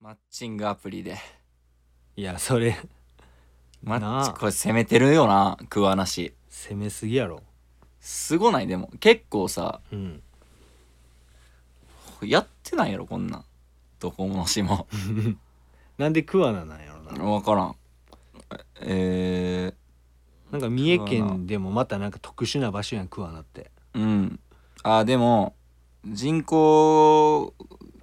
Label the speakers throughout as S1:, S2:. S1: マッチングアプリで。
S2: いやそれ
S1: マ
S2: な
S1: ッチ、
S2: あ
S1: これ攻めてるよな、桑名市。
S2: 攻めすぎやろ
S1: すごないでも。結構さ、
S2: うん
S1: やってないやろ、こんなん。どこの市も。
S2: なんで桑名なんやろな
S1: わからん。え
S2: なんか三重県でもまたなんか特殊な場所やん桑名って
S1: ー、うん。あ、でも、人口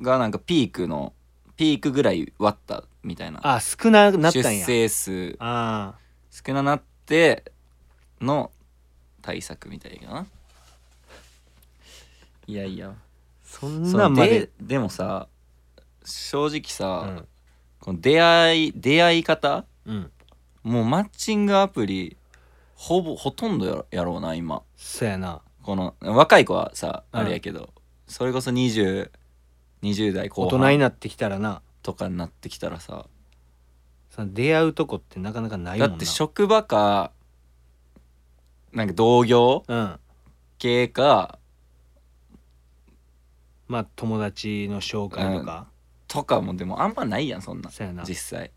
S1: がなんかピークの、ピークぐらい割ったみたいな。
S2: あ少なくなったん
S1: 出
S2: や
S1: 生数
S2: あ
S1: 少ななっての対策みたいやな。いやいや。
S2: ーそん
S1: そ
S2: な
S1: の
S2: んまで
S1: ででもさ正直
S2: う
S1: さ、
S2: ん
S1: この出会い出会い方
S2: うん
S1: もうマッチングアプリほぼほとんどやろやろうな今
S2: そやな
S1: この若い子はさ
S2: うん
S1: あれやけど、それこそ2020代
S2: 大
S1: 後
S2: 人に
S1: 半
S2: なってきたらな
S1: とかになってきたらさ
S2: その出会うとこってなかなかないも
S1: だ
S2: んな
S1: って職場かなんか同業
S2: うん
S1: 系か
S2: まあ友達の紹介とか、
S1: とかもでもあんまないやんそんな
S2: そやな
S1: 実際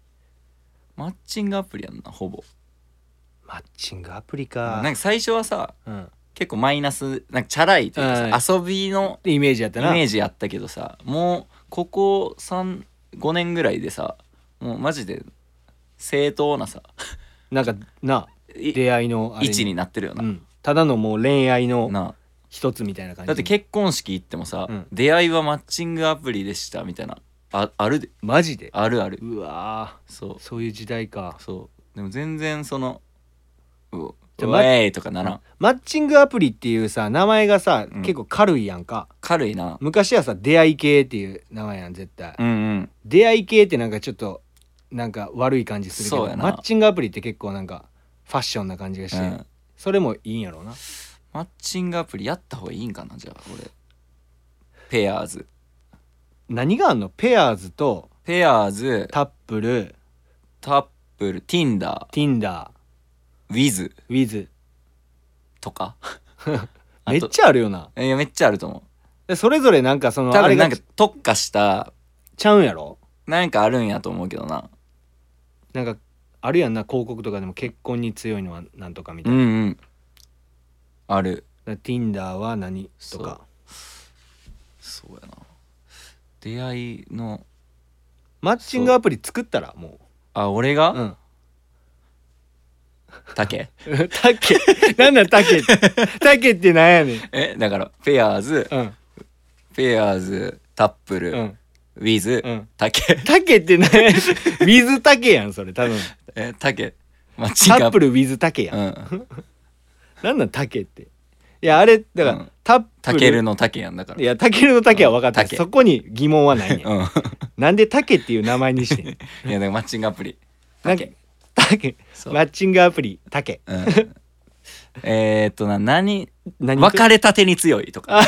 S1: マッチングアプリやんなほぼ
S2: マッチングアプリ
S1: な
S2: か
S1: んか最初はさ
S2: うん
S1: 結構マイナスなんかチャラいというかさ、遊びの
S2: イメージやっ
S1: イ
S2: たな
S1: メージやったけどさもうここ35年ぐらいでさもうマジで正当なさ
S2: なんかない出会いのあれ
S1: 位置になってるよ
S2: う
S1: な,、
S2: ん、ただのもう恋愛の
S1: な
S2: 一つみたいな感じ
S1: だって結婚式行ってもさ、
S2: うん
S1: 出会いはマッチングアプリでしたみたいなああるで
S2: マジで
S1: あるある
S2: うわ
S1: そう
S2: ーそういう時代か
S1: そうでも全然その「う
S2: じゃ
S1: う
S2: ま
S1: えい」とかならん
S2: マッチングアプリっていうさ名前がさ、
S1: うん
S2: 結構軽いやんか
S1: 軽いな
S2: 昔はさ出会い系っていう名前やん絶対、
S1: うんうん
S2: 出会い系ってなんかちょっとなんか悪い感じするけ
S1: そう
S2: ど
S1: やな
S2: マッチングアプリって結構なんかファッションな感じがし
S1: う
S2: て、
S1: ん
S2: それもいいんやろうな
S1: マッチングアプリやった方がいいんかなじゃあ俺ペアーズ
S2: 何があんのペアーズと
S1: ペアーズ
S2: タップル
S1: タップル Tinder
S2: ティンダ
S1: ウィズ
S2: ーウィズ
S1: とか
S2: めっ
S1: ゃ
S2: ちゃあるよない
S1: やめっちゃあると思
S2: でそれぞれなんかそうの
S1: 多
S2: あれ
S1: 分な
S2: が
S1: んか特化した
S2: ちゃうんやろ
S1: なんかあるんやと思うけどな
S2: なんかあるやんな広告とかでも結婚に強いのはなんとかみた
S1: う
S2: い
S1: ん
S2: な、
S1: うんある
S2: だから Tinder は何とか
S1: そうやな出会いの
S2: マッチングアプリ作ったらも
S1: あ俺
S2: うう
S1: が
S2: ん
S1: タケ
S2: タケなんだタケ ってタケってなんやねん
S1: えだからペアーズ
S2: うん
S1: ペアーズタップル、
S2: うん
S1: ウィズ、
S2: うん
S1: タケ
S2: タケってなんやねんウィズタケやんそれ多分
S1: えタケマッチ
S2: タ
S1: ングア
S2: ップ
S1: プリ
S2: ルウィズタケやん、
S1: うん
S2: なんなんタケっていやあれだから、
S1: うん
S2: タップル
S1: タケルのタケやんだから
S2: いやタケルのタケは分かった、
S1: うんタケ
S2: そこに疑問はないねん
S1: うん
S2: なんでタケっていう名前にしてん
S1: いやだからマッチングアプリ
S2: なんかタケ
S1: そう
S2: マッチングアプリタケ
S1: うんえーっとな何
S2: 何
S1: 別れたてに強いと か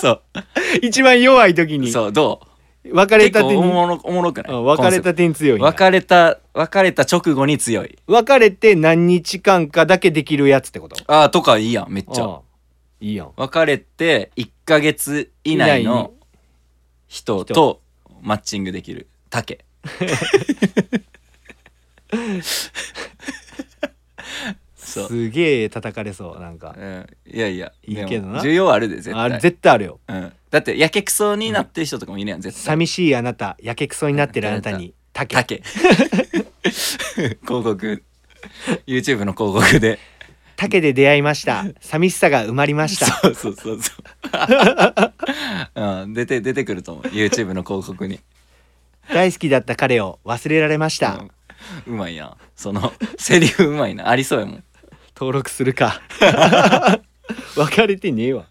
S1: そ
S2: 一番弱い時
S1: う
S2: に
S1: そうど
S2: 別
S1: う
S2: れ
S1: 結
S2: た
S1: 構
S2: て
S1: お
S2: に
S1: もろおもろくない
S2: うん別れたてに
S1: コ
S2: 強
S1: ンセプ
S2: いん
S1: ト
S2: や
S1: 別れた別れた直後に強い
S2: 別れて何日間かだけできるやつってこと
S1: ああとかいいやんめっちゃ
S2: ああいいやん
S1: 別れて1ヶ月以内の人とマッチングできる竹そう、
S2: すげえ叩かれそうなんか
S1: うん、いやいや
S2: いい
S1: でも
S2: けどな
S1: 需要あるで絶
S2: あ
S1: 対
S2: れ絶対あるよ
S1: うん、だってやけくそになってる人とかもいるやん絶対
S2: 寂しいあなたやけくそになってるあなたにタケ
S1: 竹 広告 YouTube の広告で
S2: タケで出会いました寂しさが埋まりました
S1: そうそうそう そううん出て出てくると思う YouTube の広告に
S2: 大好きだった彼を忘れられまし
S1: う
S2: た
S1: んうまいやんそのセ リフうまいなありそうやもん
S2: 登録するか 別れてねえわ